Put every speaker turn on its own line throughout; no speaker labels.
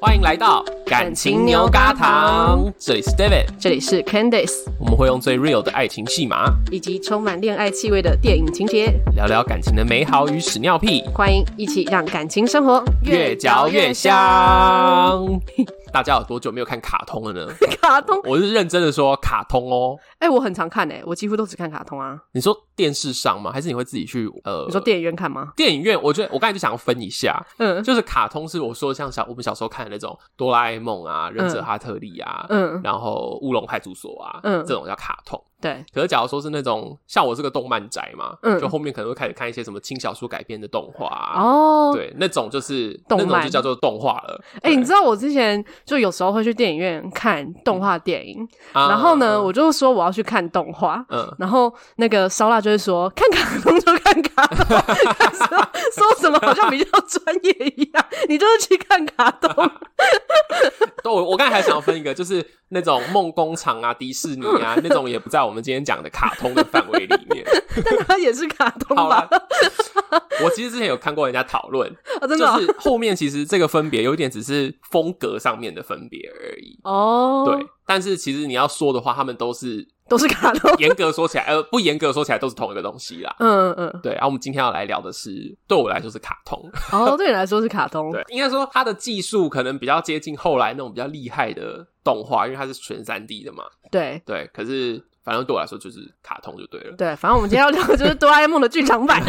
欢迎来到感情牛轧糖，这里是 David，
这里是 Candice，
我们会用最 real 的爱情戏码
以及充满恋爱气味的电影情节，
聊聊感情的美好与屎尿屁，
欢迎一起让感情生活
越嚼越香。 大家有多久没有看卡通了呢？
卡通，
我是认真的说卡通哦。
哎、我很常看哎、我几乎都只看卡通啊。
你说电视上吗？还是你会自己去呃？
你说电影院看吗？
电影院？我觉得我刚才就想要分一下，
嗯
呃就是卡通是我说像小我们小时候看的那种哆啦 A 梦啊、忍者哈特利啊，
嗯，
然后乌龙派出所啊，
嗯
这种叫卡通。
对，
可是假如说是那种像我是个动漫宅嘛，
嗯
就后面可能会开始看一些什么轻小说改编的动画啊，
哦，
对，那种就是
动
那种
漫
就叫做动画了。
哎、
对
你知道我之前就有时候会去电影院看动画电影，
啊
然后呢，我就说我要去看动画，
嗯，
然后那个烧腊就会说看卡通就看卡通，说说什么好像比较专业一样，你就是去看卡通，
对，我我刚才还想要分一个，就是那种梦工厂啊、迪士尼 啊那种，也不在我们今天讲的卡通的范围里面。
但它也是卡通
好
吧
了？，我其实之前有看过人家讨论，
啊， 真的
就
哦
是后面其实这个分别有一点只是风格上面的分别而已。
哦，
对，，但是其实你要说的话，他们都是
都是卡通，
严格说起来，呃，不严格说起来都是同一个东西啦。
嗯嗯，
对，然、后啊我们今天要来聊的是，对我来说是卡通。
哦，对你来说是卡通，
对，应该说它的技术可能比较接近后来那种比较厉害的动画，因为它是全三 D 的嘛。
对
对，可是反正对我来说就是卡通就对了，
对，反正我们今天要聊的就是哆啦 A 梦的剧场 版，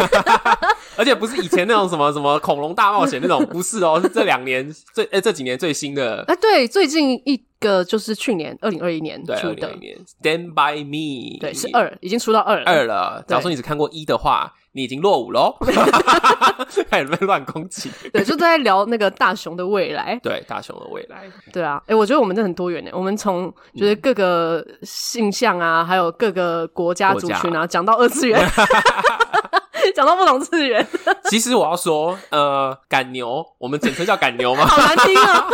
而且不是以前那种什么什么恐龙大冒险那种，不是哦，是这两年最呃这几年最新的
啊，对，最近一个就是去年二零二一年
对
出
二零二
的
一，年《Stand by Me》
对，是二，已经出到二了，
二了。假如
对
说你只看过一的话，你已经落伍喽， 开始被乱攻击。
对，就在聊那个大雄的未来。
对，大雄的未来，
对啊，哎、我觉得我们这很多元欸呢。我们从就是
嗯
各个性向啊，还有各个国家
国
族
家
群啊，讲到二次元， 讲到不同次元，
其实我要说，呃，赶牛，我们简称叫赶牛吗？
好难听啊！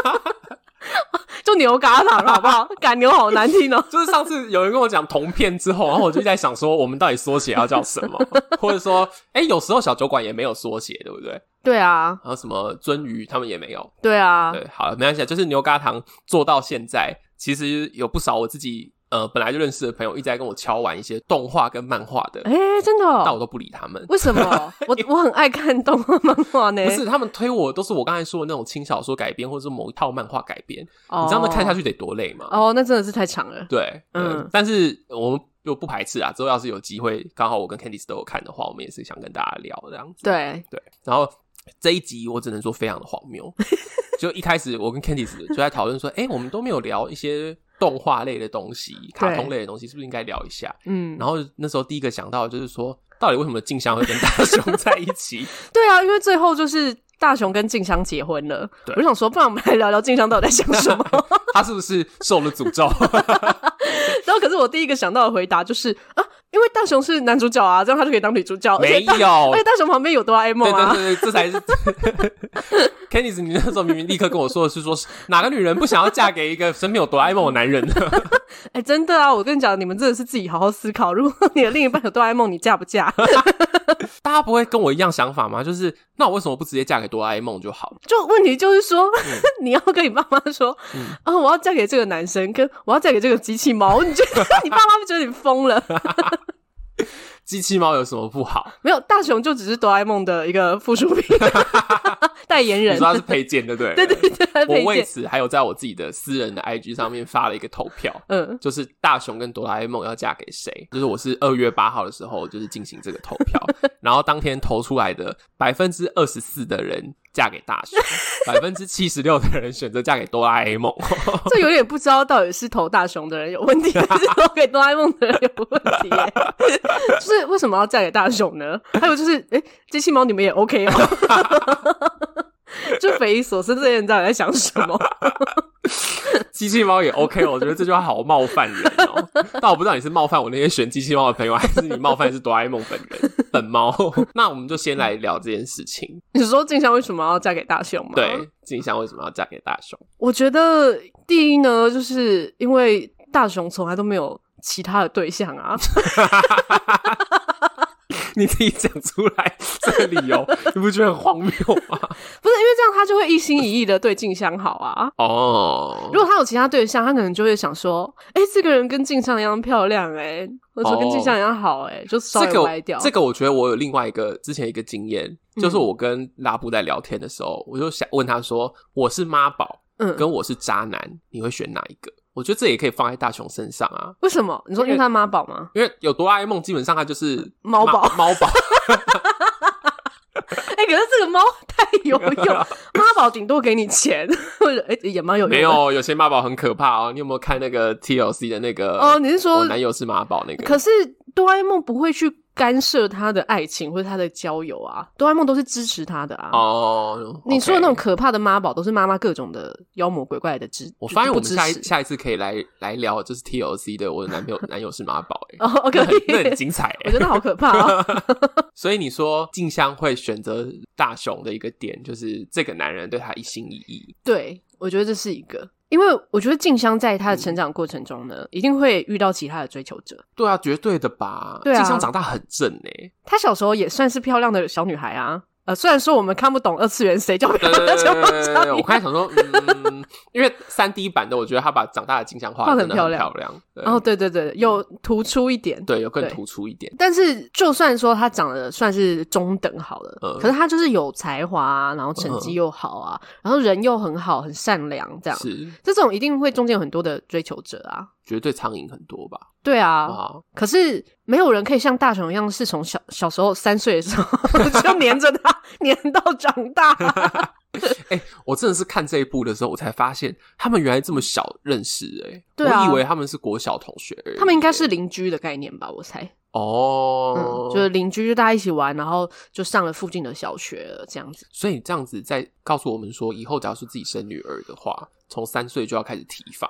就牛轧糖了好不好？赶牛好难听哦、
就是上次有人跟我讲同片之后，然后我就一直在想说，我们到底缩写要叫什 么，或者说，哎、有时候小酒馆也没有缩写，对不对？
对啊，
然后什么鳟鱼他们也没有。
对啊，
对，好了，没关系啊，就是牛轧糖做到现在，其实有不少我自己呃本来就认识的朋友一直在跟我敲完一些动画跟漫画的，
哎、真的、
但我
哦，
都不理他们。
为什么？哦我我很爱看动画漫画呢。
不是，他们推我都是我刚才说的那种轻小说改编，或者是某一套漫画改编。
哦，
你知道那看下去得多累吗？
哦，那真的是太长了。
对，
嗯
嗯，但是我们就不排斥啊。之后要是有机会，刚好我跟 Candice 都有看的话，我们也是想跟大家聊这样子。
对，
对，然后这一集我只能说非常的荒谬。就一开始我跟 Candice 就在讨论说，哎、我们都没有聊一些动画类的东西、卡通类的东西，是不是应该聊一下？
嗯，
然后那时候第一个想到的就是说，到底为什么静香会跟大雄在一起？
对啊，因为最后就是大雄跟静香结婚了，
对
我想说，不然我们来聊聊静香到底在想什 么。
他是不是受了诅咒？
然后，可是我第一个想到的回答就是啊，因为大雄是男主角啊，这样他就可以当女主角，而且
没
大
有
而，且大雄旁边有哆啦 A 梦
对
啊，
对对对，这才是。Candice，你那时候明明立刻跟我说的是说，哪个女人不想要嫁给一个身边有哆啦 A 梦的男人呢？
哎，真的啊，我跟你讲，你们真的是自己好好思考，如果你的另一半有哆啦 A 梦，你嫁不嫁？
大家不会跟我一样想法吗？就是那我为什么不直接嫁给哆啦 A 梦就好？
就问题就是说，
嗯
你要跟你爸妈说，啊，我要嫁给这个男生，跟我要嫁给这个机器猫，你觉得你爸妈不觉得你疯了？
机器猫有什么不好？
没有，大雄就只是哆啦 A 梦的一个附属品 代言
你
人
说，它是配件，对不对？
对 对。对，
我
配
为
件，
此还有在我自己的私人的 IG 上面发了一个投票，
嗯，
就是大雄跟哆啦 A 梦要嫁给谁？就是我是二月八号的时候，就是进行这个投 票，然后当天投出来的百分之二十四的人嫁给大雄，百分之七十六的人选择嫁给哆啦 A 梦。
这有点不知道到底是投大雄的人有问题，还是投给哆啦 A 梦的人有问题耶、 就是为什么要嫁给大雄呢？还有就是，哎、机器猫你们也 OK 哦。 就匪夷所思，这些人到底在想什么？
机器猫也 OK，我觉哦得这句话好冒犯人哦。但我不知道你是冒犯我那些选机器猫的朋友，还是你冒犯是哆啦 A 梦本人本猫。那我们就先来聊这件事情。
你说静香为什么要嫁给大雄吗？
对，静香为什么要嫁给大雄？
我觉得第一呢，就是因为大雄从来都没有其他的对象啊，
你自己讲出来这个理由，你不觉得很荒谬吗？
不是因为这样他就会一心一意的对静香好啊。
哦
如，果他有其他对象，他可能就会想说，哎、这个人跟静香一样漂亮、欸，哎，或者说跟
哦
静香一样好、欸，哎，就稍
这
微
个
歪掉。
我这个我觉得我有另外一个之前一个经验，就是我跟拉布在聊天的时候，我就想问他说，我是妈宝
嗯，
跟我是渣男，你会选哪一个？我觉得这也可以放在大雄身上啊。
为什么？你说因为他妈宝 吗？
因为有哆啦 A 梦，基本上它就是
猫宝
妈 猫宝
哎、可是这个猫太有用， 妈宝顶多给你钱， 或者哎、也蛮有用的。
没有，有些妈宝很可怕哦。你有没有看那个 TLC 的那个？
哦，你是说
我男友是妈宝那个？
可是哆啦 A 梦不会去干涉他的爱情或者他的交友啊，哆啦 A 梦都是支持他的啊。
哦，
你
OK
说的那种，可怕的妈宝，都是妈妈各种的妖魔鬼怪的支，
我发现我
不
们
支
下一
持。
下一次可以来来聊，就是 TLC 的我的男朋友男友是妈宝，哎，
哦，可
那很
以，
那很精彩
我
哎。
觉得好可怕啊！
所以你说静香会选择大雄的一个点，就是这个男人对她一心一意。
对，我觉得这是一个，因为我觉得静香在她的成长过程中呢，一定会遇到其他的追求者。
对啊，绝对的吧？
对啊
静香长大很正哎。
她小时候也算是漂亮的小女孩啊。呃，虽然说我们看不懂二次元谁叫漂亮的小女孩，
我开始想说，嗯，因为三 D 版的，我觉得他把长大的镜像画得真的很漂亮，对
哦，对对对，有突出一点，
对，有更
对
突出一点。
但是，就算说他长得算是中等好了，
嗯
可是他就是有才华、啊，然后成绩又好啊，然后人又很好，很善良，这样
是
这种一定会中间有很多的追求者啊。
绝对苍蝇很多吧？
对啊，
啊，
可是没有人可以像大雄一样，是从小小时候三岁的时候 就黏着他，黏到长 大。
我真的是看这一部的时候，我才发现他们原来这么小认识哎、
对啊
我以为他们是国小同学而已
他们应该是邻居的概念吧，我猜。
哦
嗯，，就是邻居就大家一起玩，然后就上了附近的小学了，这样子。
所以你这样子在告诉我们说，以后假如说自己生女儿的话，从三岁就要开始提防。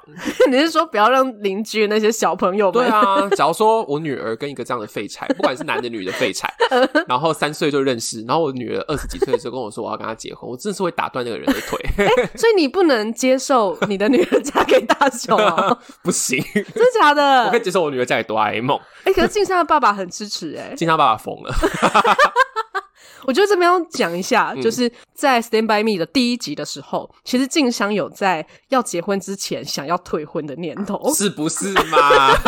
你是说不要让邻居的那些小朋友们
对啊，假如说我女儿跟一个这样的废柴，不管是男的女的 废柴，
嗯
然后三岁就认识，然后我女儿二十几岁的时候跟我说我要跟她结婚，我真的是会打断那个人的腿，
所以你不能接受你的女儿嫁给大雄、哦，
不行，
真的假的
我可？以接受我女儿嫁给哆啦 A 梦，
哎、可是静香的爸爸很支持哎、
金他爸爸疯了，
我觉得这边要讲一下，
嗯
就是在《Stand by Me》的第一集的时候，其实静香有在要结婚之前想要退婚的念 头，
是不是嘛？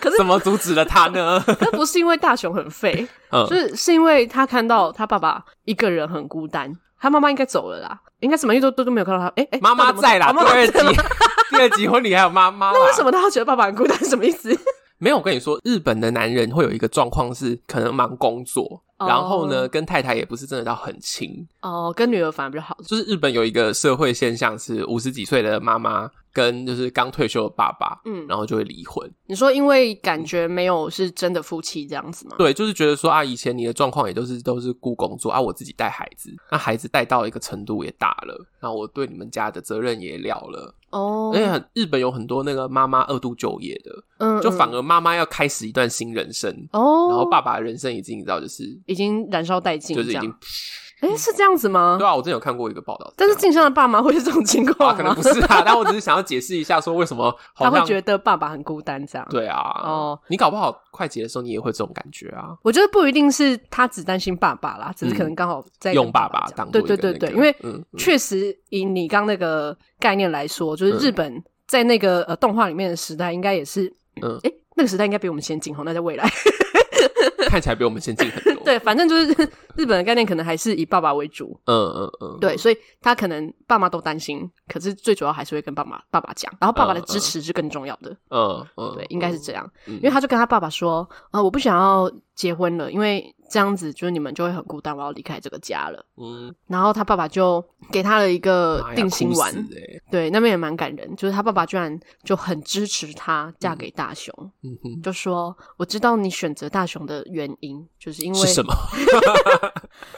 可是
怎么阻止了他 呢？
那不是因为大雄很废，就
嗯，
是是因为他看到他爸爸一个人很孤单，他妈妈应该走了啦，应该什么因都都都没有看到他。哎、哎，
妈妈在啦，
哦
第
妈妈
二
在吗
集。 第二集婚礼还有妈妈啦，
那为什么他觉得爸爸很孤单？ 什么意 思？
没有，我跟你说，日本的男人会有一个状况是，可能忙工作，
哦
然后呢，跟太太也不是真的到很亲，
哦，跟女儿反而比较好。
就是日本有一个社会现象是，五十几岁的妈妈跟就是刚退休的爸爸，
嗯
然后就会离婚。
你说因为感觉没有是真的夫妻这样子吗？
对，就是觉得说啊，以前你的状况也都是都是顾工作啊，我自己带孩子，那孩子带到一个程度也大了，然后我对你们家的责任也了了。
哦
而且嗯很日本有很多那个妈妈二度就业的，
嗯
就反
嗯
而妈妈要开始一段新人生，
哦，
然后爸爸的人生已经你知道就是
已经燃烧殆尽，
就是已
这
经
样。，哎、是这样子吗？
对啊，我真有看过一个报道，
但是静香的爸妈会是这种情况
啊，
吗？
可能不是啊，但我只是想要解释一下说为 什么
他
好
会
像
觉得爸爸很孤单这样。，
对啊，
哦，
你搞不好快捷的时候你也会这种感觉啊。
我觉得不一定是他只担心爸爸啦，只是
嗯
可能刚好在
用
跟
爸
爸
爸
讲
当
对
做
对
一个
对对，
那个
因为
嗯嗯
确实以你刚那个概念来说，就是
嗯
日本在那个呃动画里面的时代，应该也是
嗯
嗯，哎、那个时代应该比我们先进，好，那在未来。
看起来比我们先进很多。，
对，反正就是 日本的概念可能还是以爸爸为主，
嗯嗯嗯，
对，所以他可能爸妈都担心，可是最主要还是会跟爸妈爸爸讲，然后爸爸的支持是更重要的，
嗯嗯，
对，应该是这样，
嗯
因为他就跟他爸爸说，啊、我不想要结婚了，因为这样子就是你们就会很孤单，我要离开这个家了。
嗯，
然后他爸爸就给他了一个
妈呀
定心丸，
哭死欸
对，那边也蛮感人，就是他爸爸居然就很支持他嫁给大雄，
嗯哼，
就说我知道你选择大雄的原因，就是因为
是什么？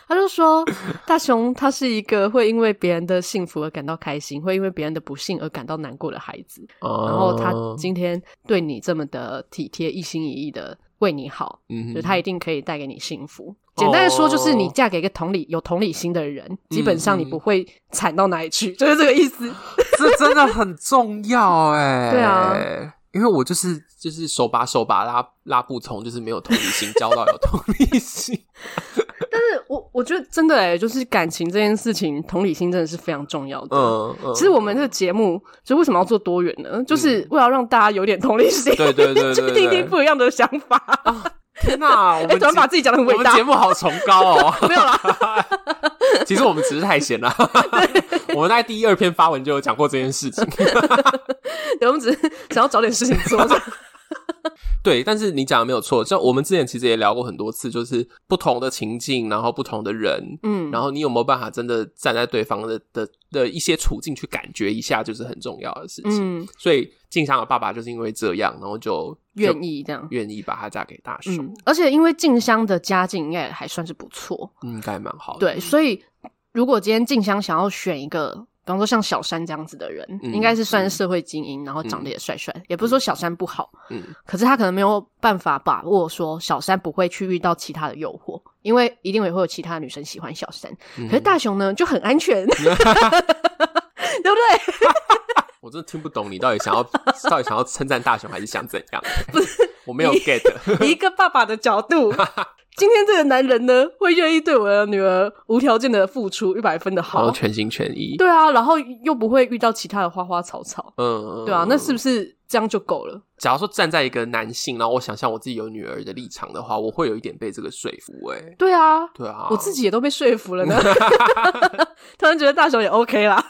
他就说，大雄他是一个会因为别人的幸福而感到开心，会因为别人的不幸而感到难过的孩子。然
然
后他
哦
今天对你这么的体贴，一心一意的为你好，
嗯哦
就
哼
他一定可以带给你幸福。简单的说，就是你嫁给一个同理有同理心的人，基本
嗯
上你不会惨到哪里去，就是这个意 思。
这真的很重要哎、
对啊，
因为我就是就是手把手把拉拉不从，就是没有同理心，教到有同理心。
我我觉得真的哎、就是感情这件事情，同理心真的是非常重要的。
嗯嗯，
其实我们这个节目，就为什么要做多元呢？就是为了让大家有点同理心，
对对对 对
去
对
听听不一样的想法。
天 哪，我
哎，
们
突然把自己讲的很
我
伟
们
大
节，目好崇高哦。
没有啦，
其实我们只是太闲了， 我们在第一二篇发文就有讲过这件事情。
对我们只是想要找点事情 做。
对，但是你讲的没有错，像我们之前其实也聊过很多次，就是不同的情境，然后不同的人，
嗯，
然后你有没有办法真的站在对方的的的一些处境去感觉一下，就是很重要的事情。
嗯，
所以静香的爸爸就是因为这样，然后就就
愿意这样。
愿意把她嫁给大雄，
嗯，而且因为静香的家境应该也还算是不错，
应该蛮好的。
对，所以如果今天静香想要选一个，比方说像小山这样子的人，
嗯
应该是算是社会精英，然后长得也帅帅，也不是说小山不好，
嗯，
可是他可能没有办法把握说小山不会去遇到其他的诱惑，因为一定也会有其他女生喜欢小山，
嗯
可是大雄呢就很安 全，对不对？
我真的听不懂你到底 想要到底想要称赞大雄还是想怎样？不是，我没有
你
get。
以一个爸爸的角 度。今天这个男人呢，会愿意对我的女儿无条件的付出一百分的
好
好
像，全心全意。
对啊，然后又不会遇到其他的花花草草，
嗯，嗯，
对啊，那
嗯
是不是这样就够了？
假如说站在一个男性，然后我想象我自己有女儿的立场的话，我会有一点被这个说服、欸。哎，
对啊，
对啊，
我自己也都被说服了呢。 突然觉得大雄也 OK 啦，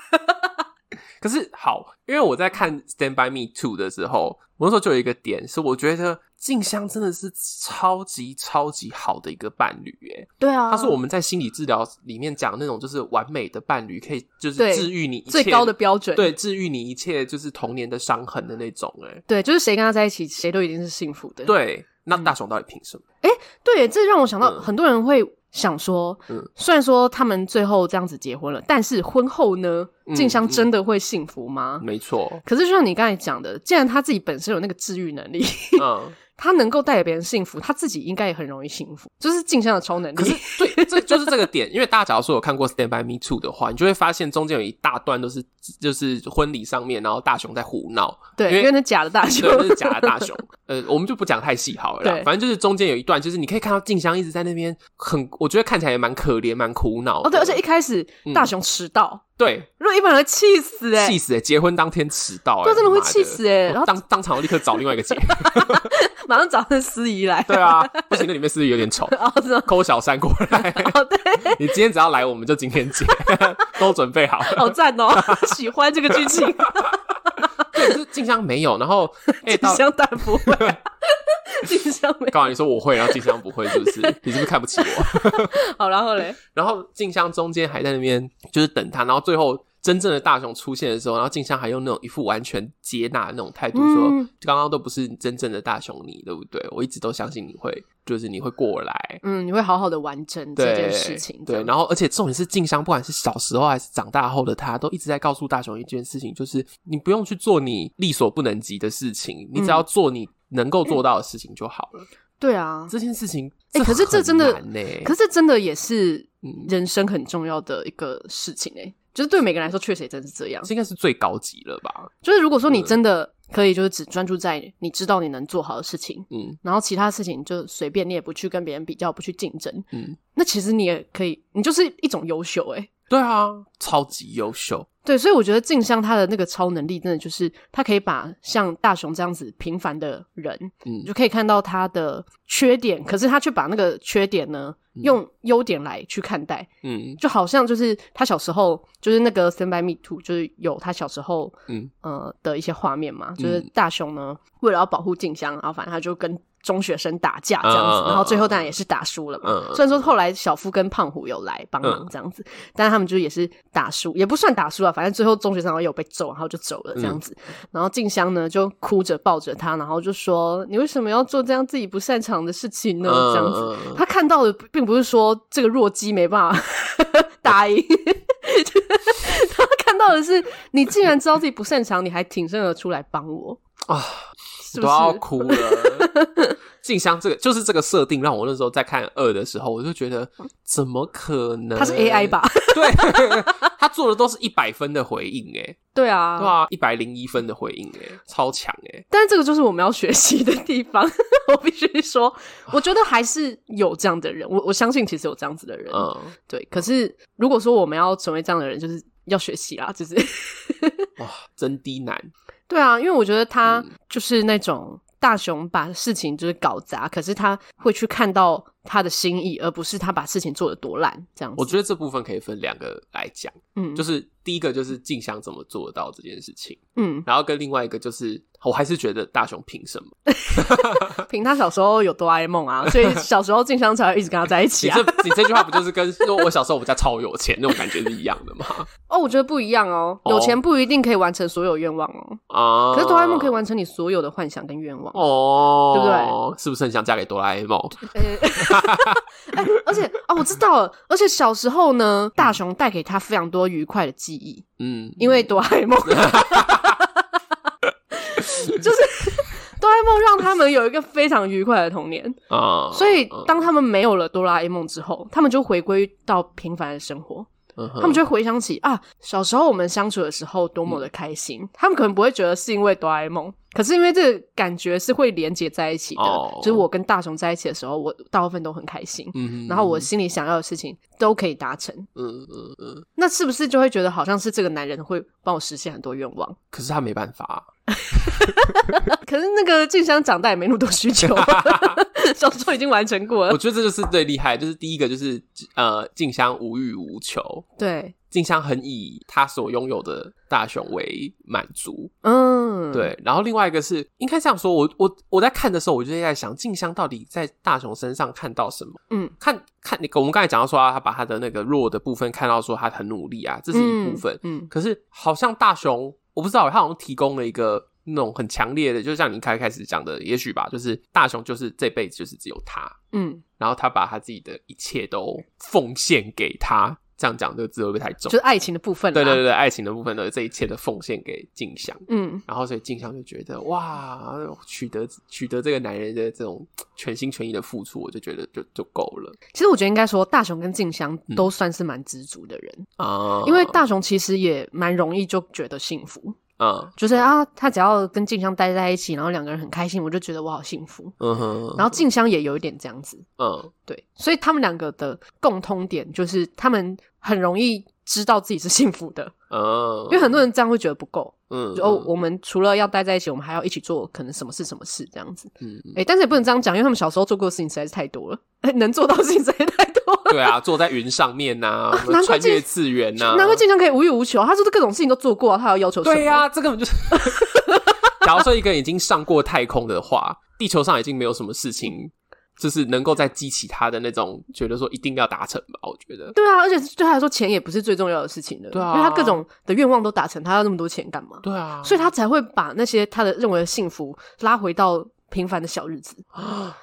可是好，因为我在看《Stand by Me Two》的时候，我那时候就有一个点是，我觉得静香真的是超级超级好的一个伴侣、欸，
对啊
她是我们在心理治疗里面讲那种就是完美的伴侣，可以就是
对
治愈你一切
最高的标准。
对，治愈你一切就是童年的伤痕的那种、欸，哎，
对，就是谁跟他在一起，谁都一定是幸福的。
对，那
嗯
大雄到底凭什么？
对，这让我想到
嗯
很多人会想说
嗯，
虽然说他们最后这样子结婚了，但是婚后呢，
嗯
静香真的会幸福吗？
没错，
可是就像你刚才讲的，既然他自己本身有那个治愈能力，
嗯。
他能够带给别人幸福，他自己应该也很容易幸福，就是静香的超能力。
可是，对，这就是这个点，因为大家假如说有看过《Stand by Me Two》的话，你就会发现中间有一大段都是就是婚礼上面，然后大雄在胡闹，因
对，
为
因为那假的大熊
对，那是假的大雄。呃，我们就不讲太细好了啦
啊对，
反正就是中间有一段，就是你可以看到静香一直在那边很，我觉得看起来也蛮可怜、蛮苦恼 的。
哦，对，而且一开始
嗯
大雄迟到，
对
如果一般人会气死哎、
气
欸，
死、欸！结婚当天迟到、欸，
对真的会
妈
气死欸
我
然后
当当场立刻找另外一个姐，
马上找那司仪来。
对啊，不行，那里面是不是有点丑？
然后说
抠小三过来，
哦对，
你今天只要来，我们就今天结， 都准备好了。
好赞哦， 喜欢这个剧 情，
对，就是静香没有，然后 哎、
静
到
香当然不会、 啊，静香没
刚好你说我会，然后静香不会，是不是？你是不是看不起我？
好，然后嘞，
然后静香中间还在那边就是等他，然后最后真正的大雄出现的时候，然后静香还用那种一副完全接纳的那种态度说
嗯：“
刚刚都不是真正的大雄你，对不对？我一直都相信你会，就是你会过来。”
嗯，你会好好的完成这
对
件事情，这
对，
样
然后而且重点是静香，不管是小时候还是长大后的她，都一直在告诉大雄一件事情，就是你不用去做你力所不能及的事情，你只
嗯
要做你能够做到的事情就好了。
对啊，
这件事情，
欸可是这真的
呢、
可是真的也是
嗯
人生很重要的一个事情哎、就是对每个人来说，确实也真是这样
这。应该是最高级了吧？
就是如果说你真的可以，就是只专注在你知道你能做好的事情，
嗯
然后其他事情就随便，你也不去跟别人比较，不去竞争，
嗯，
那其实你也可以，你就是一种优秀诶、
对啊，超级优秀，
对，所以我觉得静香她的那个超能力，真的就是她可以把像大雄这样子平凡的人，
嗯
你就可以看到他的缺点，可是他却把那个缺点呢，用优点来去看待，
嗯
就好像就是他小时候，就是那个《Stand by Me Too》，就是有他小时候
嗯
呃的一些画面嘛，就是大雄呢为了要保护静香，然后反正他就跟中学生打架这样
嗯嗯
子，
嗯
然后最后当然也是打输了嘛
嗯。
虽然说后来小夫跟胖虎有来帮忙这样子，但是他们就也是打输，也不算打输啊，反正最后中学生好像有被揍，然后就走了这
嗯
样子。然后静香呢就哭着抱着他，然后就说：“你为什么要做这样自己不擅长的事情呢？”这样子，
嗯
他看到的并不是说这个弱鸡没办法 打赢，他看到的是你竟然知道自己不擅长，你还挺身而出来帮我
啊，哦
是不
都要
是？
哭了。 静香这个就是这个设定，让我那时候在看二的时候，我就觉得怎么可能？
嗯他是 AI 吧？？
对， 他做的都是一百分的回应、欸，
对啊，
对啊，一百零一分的回应、欸，超强哎、欸
但是这个就是我们要学习的地方， 我必须说，我觉得还是有这样的人，我我相信其实有这样子的人，
嗯，
对。可是如果说我们要成为这样的人，就是要学习啦，就是
哇，真低难，
对啊，因为我觉得他
嗯
就是那种大雄把事情就是搞砸，可是他会去看到他的心意，而不是他把事情做的多烂这样子。
我觉得这部分可以分两个来讲，
嗯，
就是是第一个就是静香怎么做到这件事情，
嗯，
然后跟另外一个就是，我还是觉得大雄凭什么？
凭他小时候有哆啦 A 梦啊，所 以小时候静香才会一直跟他在一起
你
啊。
这你这句话不就是跟说我小时候我家超有钱那种感觉是一样的吗？
哦，我觉得不一样哦，
哦
有钱不一定可以完成所有愿望哦。
啊，
可是哆啦 A 梦可以完成你所有的幻想跟愿望。
哦，
对不对？
是不是很想嫁给哆啦 A 梦？
呃，哎 而且哦，我知道了。而且小时候呢，大雄带给他非常多愉快的记忆，
嗯，
因为哆啦 A 梦， 就是哆啦 A 梦让他们有一个非常愉快的童年。
啊，
所以当他们没有了哆啦 A 梦之后，他们就回归到平凡的生活。他
他
们就会回想起啊，小时候我们相处的时候多
嗯
么的开心。他们可能不会觉得是因为哆啦 A 梦，可是因为这个感觉是会连接在一起的。
哦
就是我跟大雄在一起的时候，我大部分都很开心，
嗯，
然后我心里想要的事情都可以达成。
嗯嗯嗯，
那是不是就会觉得好像是这个男人会帮我实现很多愿望？
可是他没办法，
可是那个静香长大也没那么多需 求，小时候已经完成过
我
了。
觉得这就是最厉害，就是第一个就是呃，静香无欲无求，
对，
静香很以她所拥有的大雄为满足，
嗯，，
对。然后另外一个是应该这样说，我我我在看的时候，我就在想静香到底在大雄身上看到什么？
嗯，
看看你，我们刚才讲到说啊，他把他的那个弱的部分看到说他很努力啊，这是一部分。
嗯，
可是好像大雄，我不知道，他好像提供了一个那种很强烈的，就像你开开始讲的，也许吧，就是大雄就是这辈子就是只有他，
嗯嗯，
然后他把他自己的一切都奉献给他。这样讲这个字会不会太重
就？是啊爱情的部分。
对对对，对，爱情的部分的这一切的奉献给静香，
嗯，
然后所以静香就觉得哇，取得取得这个男人的这种全心全意的付出，我就觉得就就够了
其实我觉得应该说，大雄跟静香
嗯
都算是蛮知足的人，
啊，
因为大雄其实也蛮容易就觉得幸福，
啊
就是啊，他只要跟静香待在一起，然后两个人很开心，我就觉得我好幸福。
嗯哼，
然后静香也有一点这样子，
嗯
对，所以他们两个的共通点就是他们很容易知道自己是幸福的，
嗯，
因为很多人这样会觉得不够，
嗯
就哦，我们除了要待在一起，我们还要一起做可能什么事什么事这样子。
嗯嗯
诶，但是也不能这样讲，因为他们小时候做过的事情实在是太多了，诶能做到的事情实在太多了。
对啊，坐在云上面呐、
难怪
穿
这
越次元呐、
难怪静香可以无欲无求，她说的各种事情都做过、啊，她还要要求什么？
对呀、这根本就是。 假如说一个人已经上过太空的话，地球上已经没有什么事情，就是能够再激起他的那种觉得说一定要达成吧。我觉得，
对啊，而且对她来说，钱也不是最重要的事情了，
对啊
因为她各种的愿望都达成，她要那么多钱干嘛？
对啊，
所以她才会把那些她的认为的幸福拉回到平凡的小日子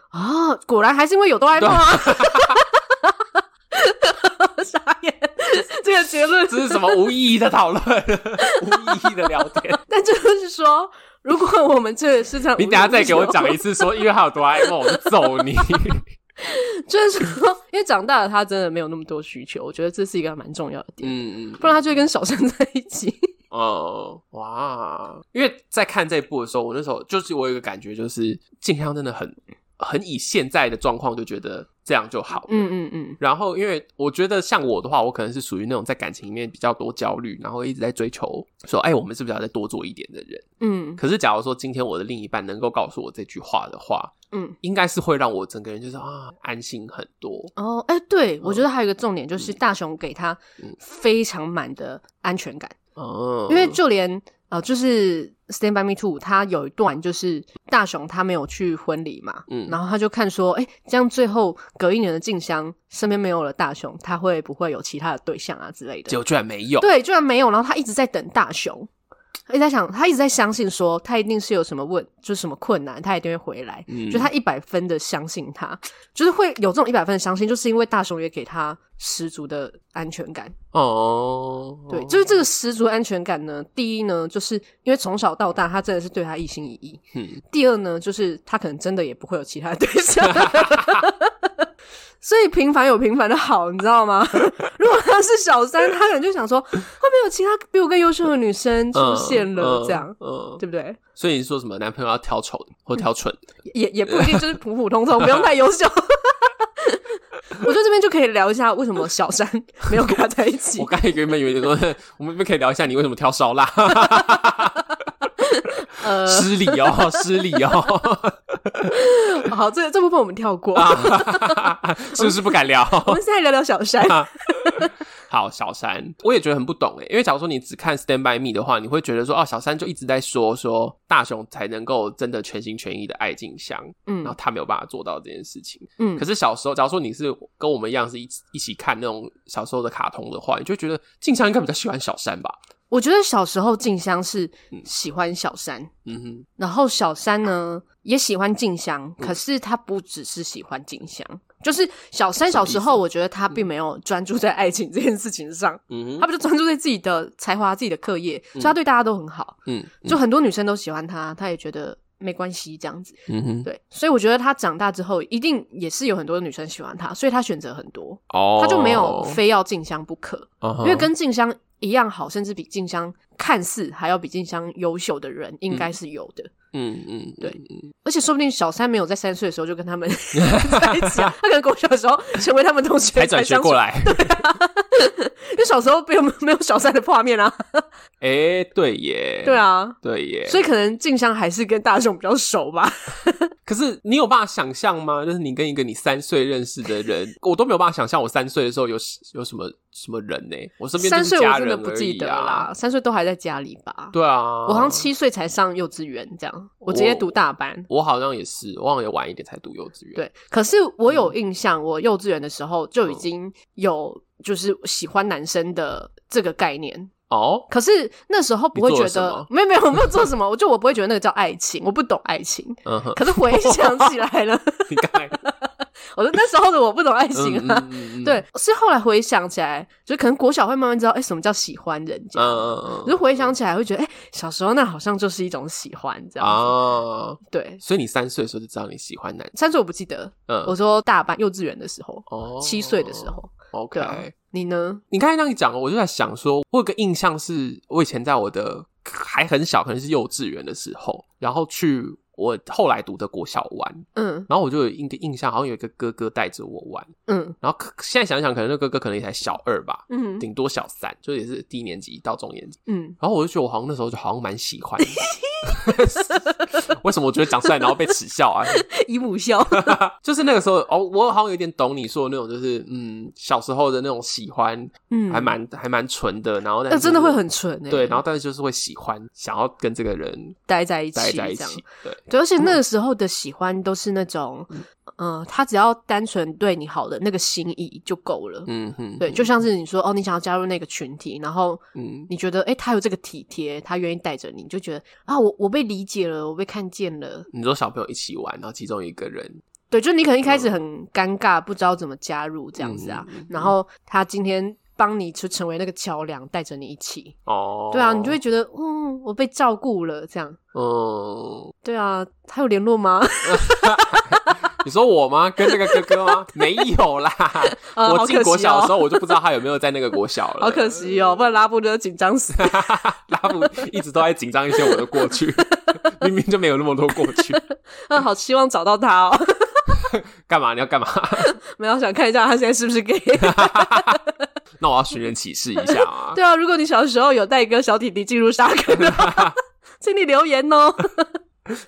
啊！果然还是因为有哆啦 A 梦 啊！ 傻眼，这个结论
这是什么无意义的讨论，无意义的聊天。
但就是说，如果我们这个世上，
你等一下再给我讲一，次说因为还有哆啦 A 梦，我就揍你。
就是说，因为长大了，他真的没有那么多需求，我觉得这是一个蛮重要的点，
嗯嗯，
不然他就会跟小生在一起。
哦，哇！因为在看这部的时候，我那时候就是我有一个感觉，就是静香真的很很以现在的状况就觉得这样就好。
嗯嗯嗯
然后，因为我觉得像我的话，我可能是属于那种在感情里面比较多焦虑，然后一直在追求说，哎、我们是不是要再多做一点的人？
嗯
可是，假如说今天我的另一半能够告诉我这句话的话，
嗯。
应该是会让我整个人就是啊安心很多。
哦，哎、对，我觉得还有一个重点就是大雄给他
嗯
非常满的安全感，
嗯，
因为就连呃，就是《Stand by Me Too》，他有一段就是大雄他没有去婚礼嘛，
嗯
然后他就看说，哎、这样最后隔一年的静香身边没有了大雄，他会不会有其他的对象啊之类的？
结果居然没有。
对，居然没有。然后他一直在等大雄，一直在想，他一直在相信说他一定是有什么问，就是什么困难，他一定会回来。
嗯
就他一百分的相信他，就是会有这种一百分的相信，就是因为大雄也给他十足的安全感。
哦，
对，就是这个十足的安全感呢，第一呢，就是因为从小到大他真的是对他一心一意；
嗯
第二呢，就是他可能真的也不会有其他对象。 所以平凡有平凡的好，你知道吗？ 如果他是小三，他可能就想说，会不会有其他比我更优秀的女生出现了？这样，，
嗯嗯嗯，
对嗯不对？
所以你说什么男朋友要挑丑的或挑蠢的，
也也不一定就是普普通通，不用太优秀。 我觉得这边就可以聊一下为什么小三没有跟他在一起
我。刚才原本以为你说， 我们这边可以聊一下你为什么挑烧腊，
呃，
失礼哦，失礼 哦，
好，这这部分我们跳过，
啊是不是不敢聊？
我们现在聊聊小三。
好，小三，我也觉得很不懂欸诶，因为假如说你只看《Stand by Me》的话，你会觉得说，哦，小三就一直在说说大雄才能够真的全心全意的爱静香，然后
嗯
他没有办法做到这件事情。
嗯
可，是小时候，假如说你是跟我们一样是一起一起看那种小时候的卡通的话，你就会觉得静香应该比较喜欢小三吧？
我觉得小时候静香是喜欢小三，
嗯哼，
然后小三呢也喜欢静香，
嗯
可是他不只是喜欢静香，就是小三小时候，我觉得他并没有专注在爱情这件事情上，
嗯哼，
他不就专注在自己的才华、自己的课业，所以他对大家都很好。
嗯嗯
就很多女生都喜欢他，他也觉得没关系这样子。
嗯哼，
对，所以我觉得他长大之后，一定也是有很多女生喜欢他，所以他选择很多，
哦，
他就没有非要静香不可，
嗯哼，
因为跟静香一样好，甚至比静香看似还要比静香优秀的人，应该是有的。
嗯嗯
对而且说不定小三没有在三岁的时候就跟他们 在 一起啊，他可能国小的时候成为他们同学
才转学
相处
过，来，
因为小时候没有没有小三的画面啊，
哎，对耶，
对，啊，
对耶，
所以可能静香还是跟大雄比较熟吧。
可是你有办法想象吗？就是你跟一个你三岁认识的人， 我都没有办法想象我三岁的时候有有什么什么人呢、我身边
三
就是
岁
家
我真
人、
的不记得啦
啦。，
三岁都还在家里吧。
对啊，
我好像，七岁才上幼稚园，这样我直接读大班。
我好像也是，我好像也晚一点才读幼稚园。，
对，可是我
嗯
有印象，我幼稚园的时候就已经有就是喜欢男生的这个概念。
哦，
可是那时候不会觉
你做了什
得
么，
没有没有，我没有做什么，我就我不会觉得那个叫爱情，我不懂爱情。
嗯哼，
可是回想起来了，
你刚才
我说那时候的我不懂爱情
嗯
啊。
嗯嗯 嗯
对，是后来回想起来，就可能国小会慢慢知道，哎、什么叫喜欢人家。
嗯嗯
我就回想起来会觉得，哎、小时候那好像就是一种喜欢这
嗯
样子。
啊，
对，
所以你三岁的时候就知道你喜欢男，
三岁我不记得，
嗯，
我说大班幼稚园的时候，
哦
七岁的时候，
，OK，
对啊。你呢？
你刚才那样讲，我就在想说，我有个印象是，我以前在我的还很小，可能是幼稚园的时候，然后去我后来读的国小玩，
嗯
然后我就有一个印象，好像有一个哥哥带着我玩，
嗯
然后可现在想想，可能那哥哥可能也才小二吧，
嗯
顶多小三，就也是低年级到中年级，
嗯，
然后我就觉得我好像那时候就好像蛮喜欢的，为什么我觉得讲出来然后被耻笑啊？
姨母笑。
就是那个时候哦，我好像有点懂你说的那种，就是嗯，小时候的那种喜欢，
嗯
还蛮还蛮纯的，然后但
那
是
真的会很纯哎、
对，然后但是就是会喜欢，想要跟这个人
待在一
待
起
在一
这样
起。，对，
对，而且那个时候的喜欢都是那种，嗯、他只要单纯对你好的那个心意就够了。
嗯哼，
对，就像是你说哦，你想要加入那个群体，然后
嗯
你觉得哎、诶他有这个体贴，他愿意带着你，你就觉得啊，我我被理解了，我被看见了。
你说小朋友一起玩，然后其中一个人
对，就你可能一开始很尴尬，不知道怎么加入这样子啊，
嗯嗯嗯嗯
然后他今天帮你去成为那个桥梁，带着你一起，
哦，
对啊，你就会觉得嗯，我被照顾了这样。
嗯，
对啊，他有联络吗？
你说我吗？跟那个哥哥 吗？没有啦，
啊
我进国小的时
候。
候我嗯就不知道他有没有在那个国小了，
好可惜哦，不然拉布就紧张 死。
拉布一直都在紧张一些我的过去， 明明就没有那么多过去，
嗯，好希望找到他哦。
干嘛？你要 干嘛？
没有想看一下他现在是不是 gay。
那我要寻人启事一下啊！
对啊，如果你小时候有带一个小弟弟进入沙坑的话， 请你留言哦。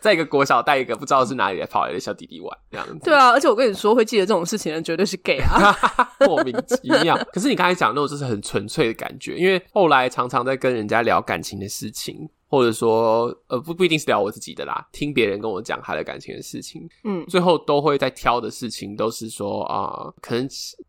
在一个国小带一个不知道是哪里跑来的小弟弟玩，这样子
对啊，而且我跟你说，会记得这种事情的人绝对是 gay 啊。
莫名其妙。可是你刚才讲那种就是很纯粹的感觉，因为后来常常在跟人家聊感情的事情，或者说呃不不一定是聊我自己的啦，听别人跟我讲他的感情的事情，
嗯
最后都会在挑的事情都是说啊、可能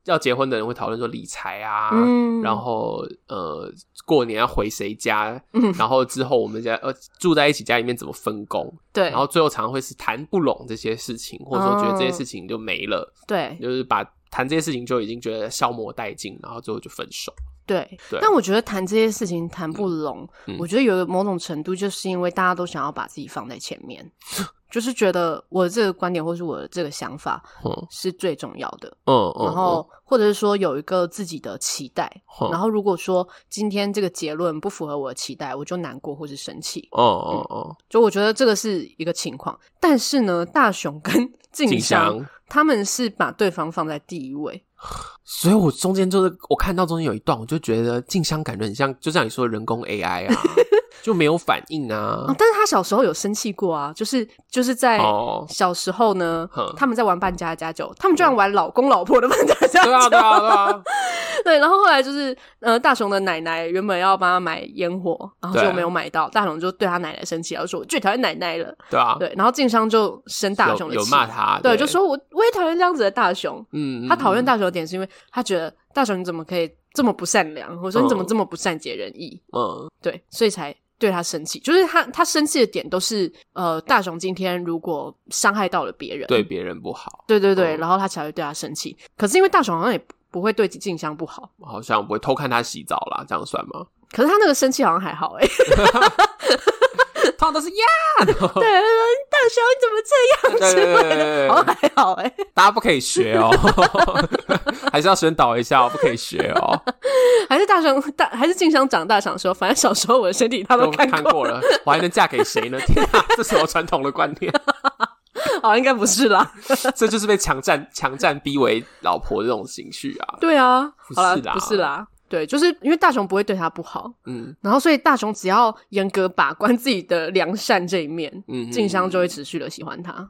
要结婚的人会讨论说理财啊，
嗯
然后呃过年要回谁家，
嗯
然后之后我们家呃住在一起家里面怎么分工，
对，
然后最后常常会是谈不拢这些事情，或者说觉得这些事情就没了，
对
就是把谈这些事情就已经觉得消磨殆尽，然后最后就分手。
对
对，
但我觉得谈这些事情谈不拢，
嗯
我觉得有个某种程度，就是因为大家都想要把自己放在前面， 就是觉得我的这个观点或是我的这个想法
嗯
是最重要的，
嗯嗯，
然后或者是说有一个自己的期待，
嗯
然后如果说今天这个结论不符合我的期待，我就难过或是生气。
哦哦哦，
就我觉得这个是一个情况，但是呢，大雄跟静
静
香
香
他们是把对方放在第一位，
所以我中间就是我看到中间有一段，我就觉得静香感觉很像，就像你说的人工 AI 啊，就没有反应
哦
啊，。
但是他小时候有生气过啊，就是就是在
哦
小时候呢，
哼
他们在玩扮家家酒，他们居然玩老公老婆的扮家家酒，
对啊，对啊，对啊，
对，然后后来就是，呃，大雄的奶奶原本要帮他买烟火，然后
对
就没有买到，大雄就对他奶奶生气，然后说我最讨厌奶奶了。
对啊，
对，然后静商就生大
有
雄的
有
气
骂，他，
对，就说我我也讨厌这样子的大雄。
嗯，嗯
他讨厌
嗯
大雄的点是因为他觉得大雄你怎么可以这么不善良，或者说你怎么
嗯
这么不善解人意，
嗯
对，所以才。对他生气，就是他他生气的点都是，呃，大雄今天如果伤害到了别人，
对别人不好，
对对对，
嗯
然后他才会对他生气。可是因为大雄好像也不不会对静香不好，
好像不会偷看他洗澡啦，这样算吗？
可是他那个生气好像还 好哎、欸，
通常都是呀，然后
对，大雄你怎么这样
对
之
对
类
对
的，
对
好像
对，
还好哎、欸，
大家不可以学 哦，还是要宣导一下哦，不可以学哦。
还是大雄大还是静香长大想说，反正小时候我的身 体他
我
都看
看
过，
过了，我还能嫁给谁呢？天啊，这什么传统的观 念？
好哦应该不是啦，
这就是被强占、强占逼为老婆这种情绪啊。
对啊，
不
好啦，
是啦
不是啦，对，就是因为大雄不会对他不好，
嗯
然后所以大雄只要严格把关自己的良善这一面，
嗯，
静香就会持续的喜欢他，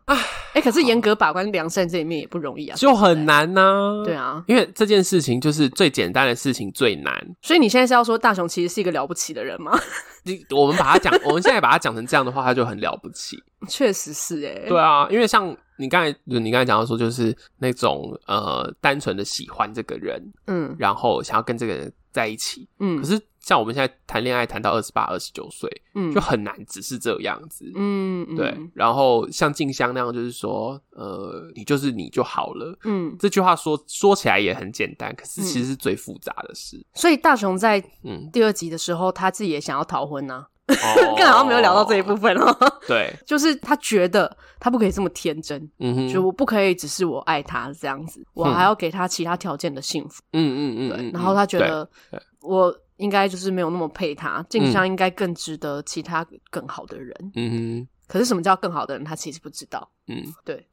哎、可是严格把关良善这一面也不容易啊，
就很难呐、
对，啊，
因为这件事情就是最简单的事情最难。
所以你现在是要说大雄其实是一个了不起的人吗？
你我们把它讲，我们现在把它讲成这样的话，它就很了不起。
确实是哎、欸，
对啊，因为像你刚才你刚才讲到说，就是那种呃单纯的喜欢这个人，
嗯
然后想要跟这个人在一起。可
嗯
是像我们现在谈恋爱谈到二十八、二十九岁，
嗯
就很难只是这样子。
嗯嗯
对，然后像静香那样，就是说，呃，你就是你就好了。
嗯，
这句话说说起来也很简单，可是
嗯
其实是最复杂的事。
所以大雄在
嗯，
第二集的时候，他自己也想要逃婚呢、
哦
啊，更好像没有聊到这一部。分哦。
对，
就是他觉得他不可以这么天真，
嗯哼，
就我不可以只是我爱他这样子，我
嗯
还要给他其他条件的幸福。
嗯嗯嗯
对，
嗯，
然后他觉得
对嗯对
我应该就是没有那么配他，静香应该更值得其他更好的人。
对，嗯
可是什么叫更好的人，他其实不知道。
哼，嗯，
对，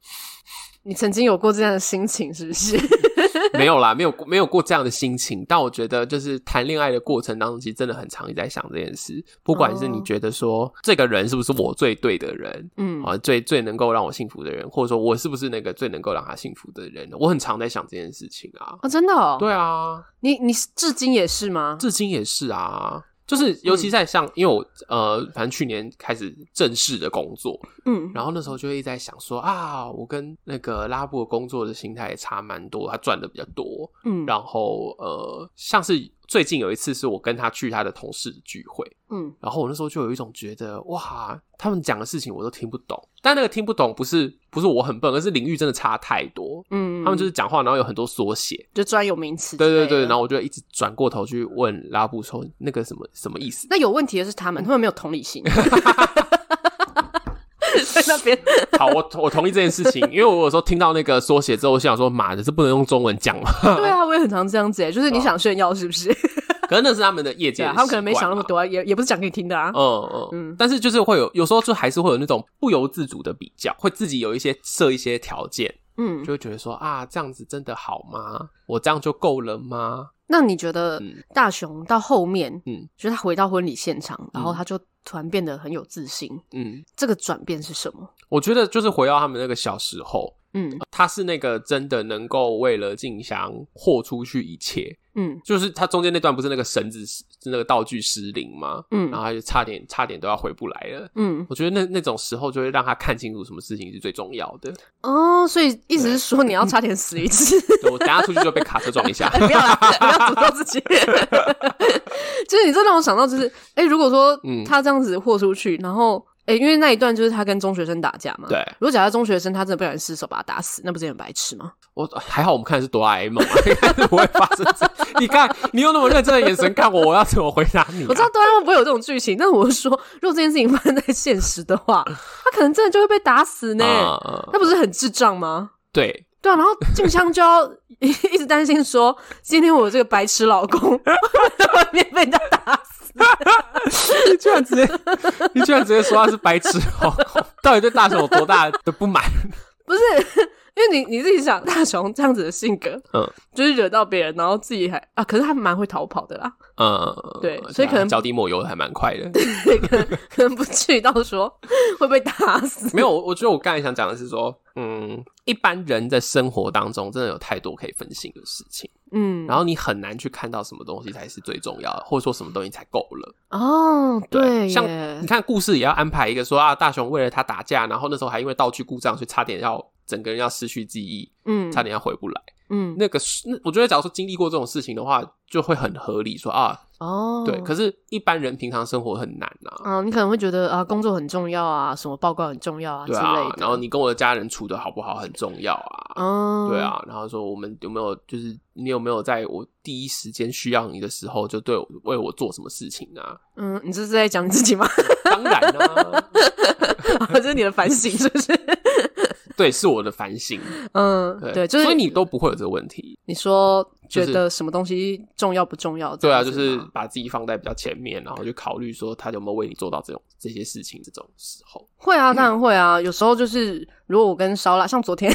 你曾经有过这样的心情是不是？
没有啦，没有没有过这样的心情。但我觉得，就是谈恋爱的过程当中，其实真的很常一直在想这件事。不管是你
哦
觉得说、这个人是不是我最对的人，
嗯
啊，最最能够让我幸福的人，或者说我是不是那个最能够让他幸福的人，我很常在想这件事情啊。
哦，真的哦，
对啊，
你你是至今也是吗？
至今也是啊，就是尤其在像，因为我呃，反正去年开始正式的工作，
嗯
然后那时候就一直在想说啊，我跟那个拉布的工作的心态也差蛮多，他赚的比较多，
嗯
然后呃，像是最近有一次是我跟他去他的同事聚会，
嗯
然后我那时候就有一种觉得，哇，他们讲的事情我都听不懂。但那个听不懂不是不是我很笨，而是领域真的差太多。
嗯，
他们就是讲话，然后有很多缩写，
就专有名词之
对
类的。
对对。然后我就一直转过头去问拉布说，那个什么什么意思？
那有问题的是他们，他们没有同理 心。在那边，
好，我我同意这件事情，因为我有时候听到那个缩写之后，我想说，妈的，这不能用中文讲嘛。
对啊，我也很常这样子欸，就是你想炫耀是不是？
啊可能那是他们的业界
对
的
啊，
习惯嘛，
他们可能没想那么多啊，也也不是讲给你听的啊。
嗯嗯，但是就是会有，有时候就还是会有那种不由自主的比较，会自己有一些设一些条件，
嗯，
就会觉得说啊，这样子真的好吗？我这样就够了吗？
那你觉得
嗯
大雄到后面，
嗯
嗯，就是他回到婚礼现场，然后他就突然变得很有自信，
嗯，
这个转变是什么？
我觉得就是回到他们那个小时候，
嗯
他是那个真的能够为了静香豁出去一切，
嗯
就是他中间那段不是那个绳子是那个道具失灵吗？
嗯
然后他就差点差点都要回不来了。
嗯，
我觉得那那种时候就会让他看清楚什么事情是最重要的。
哦，所以意思是说你要差点死一 次，。
对我等下出去就被卡车撞一下
不要啦，不要诅咒自己。 就是你这让我想到，就是哎、诶如果说
嗯
他这样子豁出去，然后哎、诶因为那一段就是他跟中学生打架嘛。
对
如果假设中学生他真的不小心失手把他打死，那不是也很白痴吗？
我还好，我们看的是哆啦 A 梦啊， 应该是不会发生这。你看，你用那么认真的眼神看我，我要怎么回答你、啊？
我知道哆啦 A 梦不会有这种剧情，但我是说，如果这件事情发生在现实的 话，他可能真的就会被打死呢。
啊、嗯
那不是很智障吗？
对，
对啊，然后静香就要 一直担心说，今天我这个白痴老 公会在外面被人家打 死。
你居然直接，啊 你居然直接说他是白痴哦！ 到底对大雄有多大的不满？
不是，因为你你自己想，大雄这样子的性格，
嗯
就是惹到别人，然后自己还啊，可是他蛮会逃跑的啦，
嗯，
对所以可能
脚底抹油还蛮快的。
可能不至于到说会被打死。
没有，我我觉得我刚才想讲的是说，嗯，一般人在生活当中真的有太多可以分心的事情，
嗯，
然后你很难去看到什么东西才是最重要的，或者说什么东西才够了。
哦，对
像
耶
你看故事也要安排一个说啊，大雄为了他打架，然后那时候还因为道具故障，所以差点要整个人要失去记忆，
嗯
差点要回不来。
嗯，
那个是，那我觉得假如说经历过这种事情的话，就会很合理说啊，
哦，
对。可是，一般人平常生活很难呐、
啊，你可能会觉得啊，工作很重要啊，什么报告很重要啊之
对
类
啊
的。。
然后你跟我的家人处的好不好很重要啊。
哦，
对，啊，然后说我们有没有就是你有没有在我第一时间需要你的时候就对我为我做什么事情啊？
嗯，你这是在讲你自己吗？
当然啊，
这是你的反省，是不是？
对，是我的反省。
嗯，
对，
对，就是
所以你都不会有这个问题。
你说
就
觉
是
得什么东西重要不重要？
对啊，
这
就
样子
是
吗
把自己放在比较前面，然后就考虑说他有没有为你做到这种这些事情这种时候。
会啊，当然会啊。有时候就是如果我跟烧腊，像昨 天，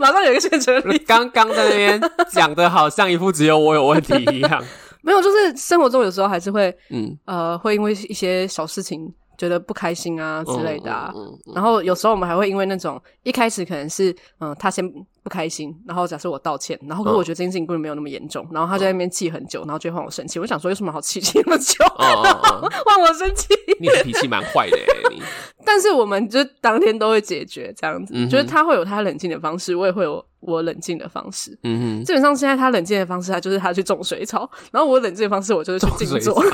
马上有一个现成的例子，
刚刚在那边讲的好像一副只有我有问题一样。
没有，就是生活中有时候还是会
嗯，
呃，会因为一些小事情觉得不开心啊之类的啊。
嗯嗯嗯
然后有时候我们还会因为那种一开始可能是嗯、呃他先不开心，然后假设我道歉，然
嗯
后可是我觉得这件事情根本没有那么严重，然后他就在那边气很久，然后就会换我生气。我想说有什么好气气那么久，
哦哦哦，
换我生气？
你的脾气蛮坏的欸你。
但是我们就当天都会解决这样子，
嗯哼
就是他会有他冷静的方式，我也会有我冷静的方式。
嗯
基本上现在他冷静的方式，他就是他去种水草， 然后我冷静的方式，我就是去静坐
种，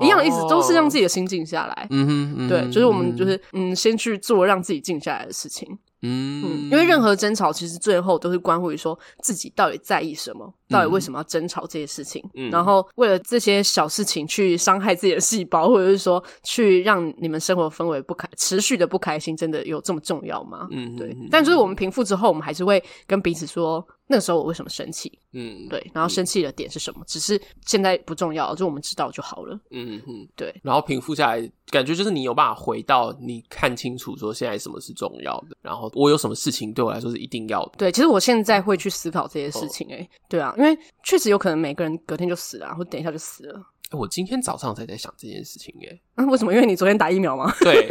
一样的意思
哦，
都是让自己的心静下来。
嗯哼嗯哼，
对，就是我们就是嗯，先去做让自己静下来的事情。
嗯
嗯，因为任何争吵其实最后都是关乎于说自己到底在意什么，到底为什么要争吵这些事情，
嗯
然后为了这些小事情去伤害自己的细胞，或者是说去让你们生活氛围不开持续的不开心，真的有这么重要吗？
嗯
对，但就是我们平复之后，我们还是会跟彼此说。那个时候我为什么生气？
嗯
对，然后生气的点是什么？只是现在不重要，就我们知道就好了。
嗯嗯，
对，
然后平复下来，感觉就是你有办法回到你看清楚说现在什么是重要的，然后我有什么事情对我来说是一定要的。
对，其实我现在会去思考这些
哦
事情、欸。哎、对啊，因为确实有可能每个人隔天就死了啊，或等一下就死了。
哎我今天早上才在想这件事情欸耶，
啊， 为什么？因为你昨天打疫苗吗？
对，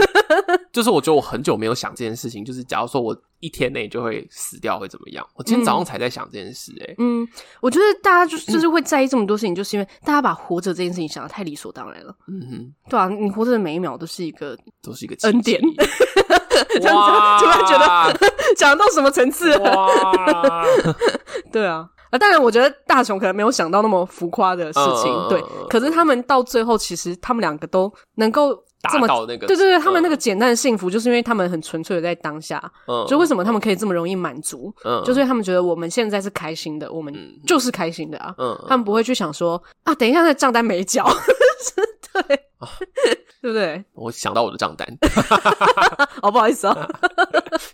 就是我觉得我很久没有想这件事情，就是假如说我一天内就会死掉会怎么样？我今天早上才在想这件事，哎，
嗯，我觉得大家就是就是会在意这么多事情，就是因为大家把活着这件事情想的太理所当然了，
嗯哼，
对啊，你活着的每一秒都是一个，
都是一个奇迹
恩典这样
哇，
子突然觉得 讲到什么层次了？
哇，
对啊。啊，当然，我觉得大雄可能没有想到那么浮夸的事情，
嗯嗯嗯
对
嗯嗯。
可是他们到最后，其实他们两个都能够这
达
么，
到那个，
对对对，他们那个
个
嗯简单的幸福，就是因为他们很纯粹的在当下。就为什么他们可以这么容易满足，
嗯
就是因为他们觉得我们现在是开心的，我们
嗯
就是开心的啊。
嗯
他们不会去想说啊，等一下那账单没缴， 对，
哦
对不对？
我想到我的账单，
哦，不好意思啊，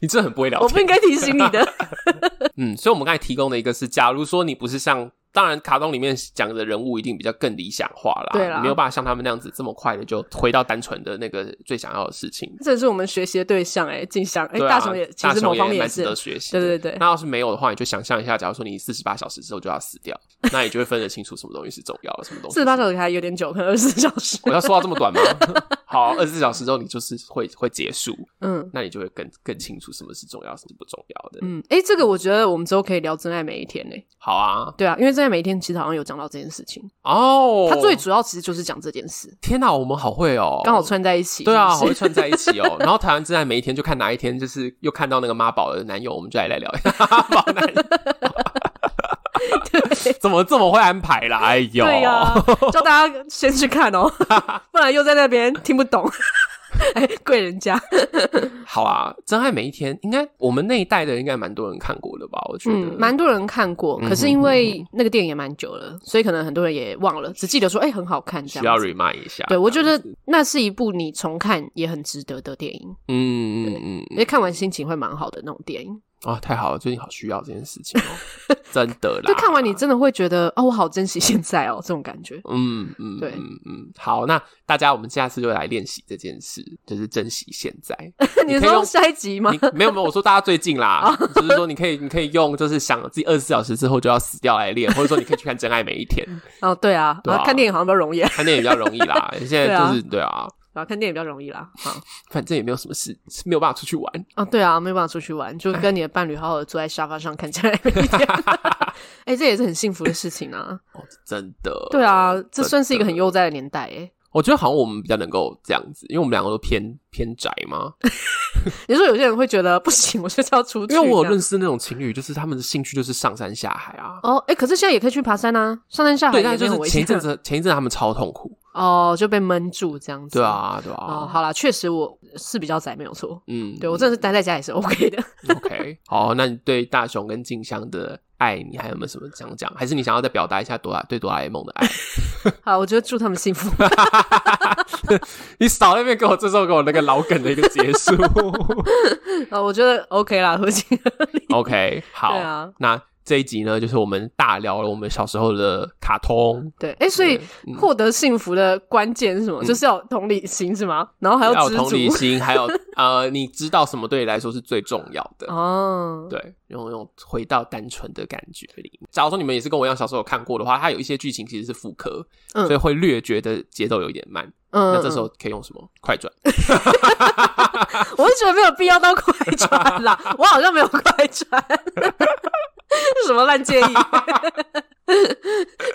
你真的很不会聊
我
天。
不应该提醒你的。
嗯，所以我们刚才提供的一个是，假如说你不是像，当然卡通里面讲的人物一定比较更理想化啦，
对啦
你没有办法像他们那样子这么快的就回到单纯的那个最想要的事情。
这也是我们学习的对象哎、静香哎，
对啊，
大雄也其
大
实某
雄
方面
也
也
蛮值
是
得，学习。
对对对
那要是没有的话，你就想象一下，假如说你四十八小时之后就要死掉，那你就会分得清楚什么东西是重要的，什么东西
四十八小时还有点久，可能二十四小时。
我要说到这么短吗？ 好，二十四小时之后你就是会会结束，
嗯
那你就会更更清楚什么是重要，什么是不重要的。
嗯，哎、这个我觉得我们之后可以聊《真爱每一天》嘞。
好啊，
对啊，因为《真爱每一天》其实好像有讲到这件事情，
哦，
它最主要其实就是讲这件事，
天哪，我们好会哦，
刚、好。串在一起。
对啊，
是
好
不
会
是
串在一起哦。然后台湾真爱每一天就看哪一天，就是又看到那个妈宝的男友，我们就来来聊一下妈宝男 友。 怎么这么会安排啦？哎呦，
对啊呀、 叫大家先去看哦，不然又在那边听不懂。 哎，贵人家，
好啊，真爱每一天应该我们那一代的人应该蛮多人看过的吧？我觉得嗯
嗯，蛮多人看过，可是因为那个电影也蛮久了，所以可能很多人也忘了，只记得说，哎、很好看这
需要
样子。
remind 一下。
对，我觉得那是一部你重看也很值得的电影，
嗯嗯嗯
因为看完心情会蛮好的那种电影。
啊，太好了，最近好需要这件事 情哦，真的啦。
就看完你真的会觉得，哦，我好珍惜现在哦，这种感 觉。
嗯嗯，
对
嗯嗯，好，那大家我们下次就来练习这件事，就是珍惜现在。
你
可以用
说下一集吗
你？没有没有，我说大家最 近啦，
哦
就是说你可以你可以用就是想自己二十四小时之后就要死掉来练，或者说你可以去看《真爱每一天》，
哦，对啊，
对啊
看电影好像比较容易，
看电影比较容易啦。现在就是对啊，
啊，看电影比较容易啦。好，
反正也没有什么事，是没有办法出去玩。
啊，对啊，没有办法出去玩，就跟你的伴侣好好的坐在沙发上看起来每一天。 哎，这也是很幸福的事情啊。
哦，真的。
对啊，这
真的
算是一个很悠哉的年代哎。
我觉得好像我们比较能够这样子，因为我们两个都偏偏宅嘛。
呃你说有些人会觉得不行，我就是要出去。
因为我
这
有
样
认识那种情侣，就是他们的兴趣就是上山下海啊。
哦，哎，可是现在也可以去爬山啊，上山下海
对，
也没
但
有
是就
很
是
危
前
险啊
一阵子，前一阵子他们超痛苦。
哦，就被闷住这样子。
对。啊，对啊。
哦，好啦，确实我是比较宅，没有错。
嗯，
对我真的是待在家也是 OK 的。
OK，好， 那你对大雄跟静香的爱，你还有没有什么想讲？还是你想要再表达一下哆啦对哆啦 A 梦的爱？
好，我觉得祝他们幸福。
你少在那边给我这时候给我那个老梗的一个结 束。
啊，我觉得 OK 啦，合情合理。
OK，好，
对啊
那这一集呢，就是我们大聊了我们小时候的卡通，
对，哎、所以
嗯
获得幸福的关键是什么？就是要有同理心是吗？然后还
要
知
有同理
足。
心，还有呃，你知道什么对你来说是最重要的。
哦，
对，用用回到单纯的感觉里。假如说你们也是跟我一样小时候有看过的话，它有一些剧情其实是复刻，
嗯
所以会略觉得节奏有一点慢。
嗯
那这时候可以用什么？快转。
我是觉得没有必要到快转 啦，我好像没有快转， 什么烂建议，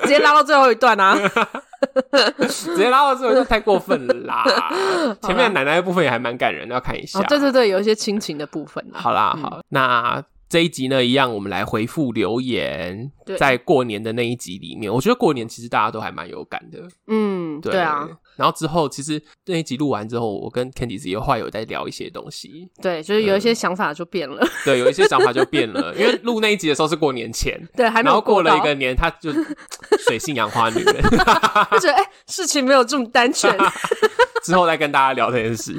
直接拉到最后一段 啊！
直接拉到最后就太过分了 啦。前面的奶奶的部分也还蛮感人的，要看一下。
哦，对对对，有一些亲情的部分啊。
好啦，好，那。这一集呢，一样我们来回复留言
对。
在过年的那一集里面，我觉得过年其实大家都还蛮有感的。
嗯，
对
对啊，。
然后之后，其实那一集录完之后，我跟 Candice 也后来有在聊一些东西，
对，就是有一些想法就变了，
对，有一些想法就变了。因为录那一集的时候是过年前，
对，还没
然后
有
过
到
了一个，年，他就水性杨花女人。
就觉得哎、事情没有这么单纯，
之后再跟大家聊这件事。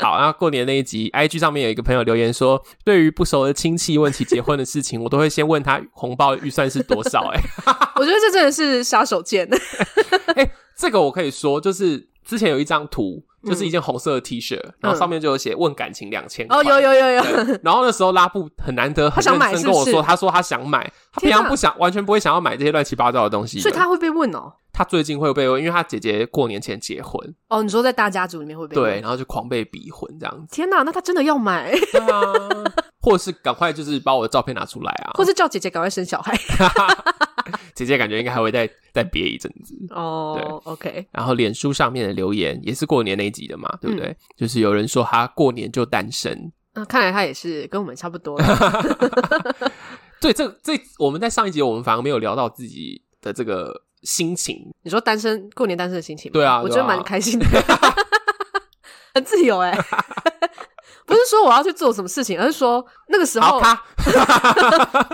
好，那过年那一集，IG 上面有一个朋友留言说，对于不熟的亲戚问起结婚的事情，我都会先问他红包预算是多少、欸。
我觉得这真的是杀手锏。
哎、这个我可以说，就是之前有一张图，就是一件红色的 T 恤，然后上面就有写问感情两千。
嗯哦，有。有有 有，
然后那时候拉布很难得很
想
认
买
真
是
跟
不
我
是
说，他说他想买，他平
天啊
常不想完全不会想要买这些乱七八糟的东西的。
所以他会被问哦。
他最近会被问，因为他姐姐过年前结婚，
哦，你说在大家族里面会被
对，
问？
然后就狂被逼婚这样 子。
天哪，那他真的要买，
对啊，或者是赶快就是把我的照片拿出来啊，
或是叫姐姐赶快生 小孩？
姐姐感觉应该还会再再憋一阵子。
哦，OK，
然后脸书上面的留言也是过年那一集的嘛，
嗯
对不对？就是有人说他过年就单身，
那看来他也是跟我们差不多了。
对，这这我们在上一集我们反而没有聊到自己的这个心情，
你说单身过年单身的心情吗，
对啊
我
对
觉得
啊
蛮开心的， 很自由哎、 不是说我要去做什么事情，而是说那个时
好
候
他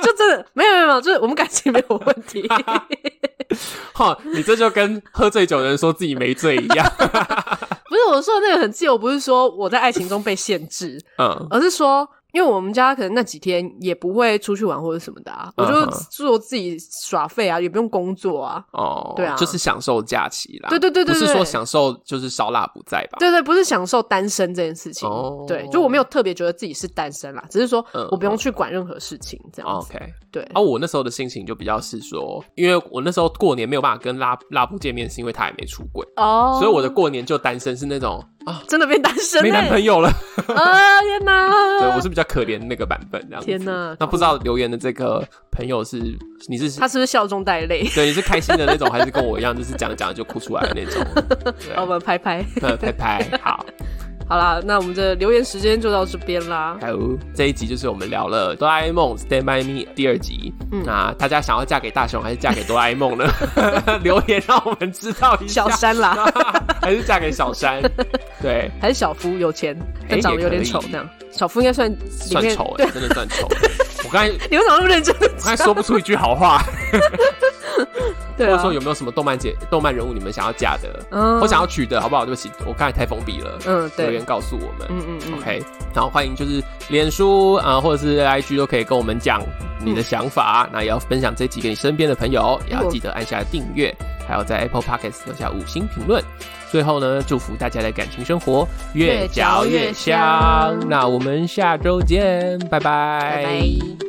就真的没有没有没有，就是我们感情没有问 题。
哈，你这就跟喝醉酒的人说自己没醉一 样，
不是我说的那个很自由，不是说我在爱情中被限制，
嗯，
而是说，因为我们家可能那几天也不会出去玩或者什么的啊，
嗯
我就
哼
做自己耍废啊，也不用工作啊。
哦，
对啊
就是享受假期啦，
对对对对
不是
对
说享受就是烧腊不在吧？
对对，不是享受单身这件事情。
哦
对，就我没有特别觉得自己是单身啦，只是说
嗯
我不用去管任何事情这样子。
，OK，
对，
啊，我那时候的心情就比较是说，因为我那时候过年没有办法跟拉拉布见面，是因为他也没出轨，
哦
所以我的过年就单身是那种啊
真的变单身
没
嘞、
男朋友了。
啊天哪！
对，我是比较可怜的那个版本这样子。
天哪
那不知道留言的这个朋友是你是
他是不是笑中带 泪？
对你是开心的那种，还是跟我一样就是讲一讲就哭出来的那种？
好我
对，
们拍拍。
嗯拍拍好。
好啦，那我们的留言时间就到这边啦。
还有这一集就是我们聊了《哆啦 A 梦 Stand by Me》第二集。
嗯
那大家想要嫁给大雄还是嫁给哆啦 A 梦呢？留言让我们知道一下。
小山啦，
还是嫁给小 山？对，
还是小夫有钱，但
哎
长得有点
也可以
丑那样。小夫应该算里
算
面
丑哎、
对，
真的算丑。我刚才我
你为什么那么认真？
刚才说不出一句好话。
对
或者
啊
说，有没有什么动漫节、动漫人物你们想要嫁的，
嗯
或想要娶的，好不好？对不起，我刚才太封闭了。
嗯对
留言告诉我们。
嗯嗯嗯，
OK，然后欢迎就是脸书啊、呃或者是 IG 都可以跟我们讲你的想
嗯
法，那、也要分享这集给你身边的朋友，也要记得按下订阅，还有在 Apple Podcast 留下五星评论。最后呢，祝福大家的感情生活
越嚼越香
那我们下周见，拜拜
拜拜。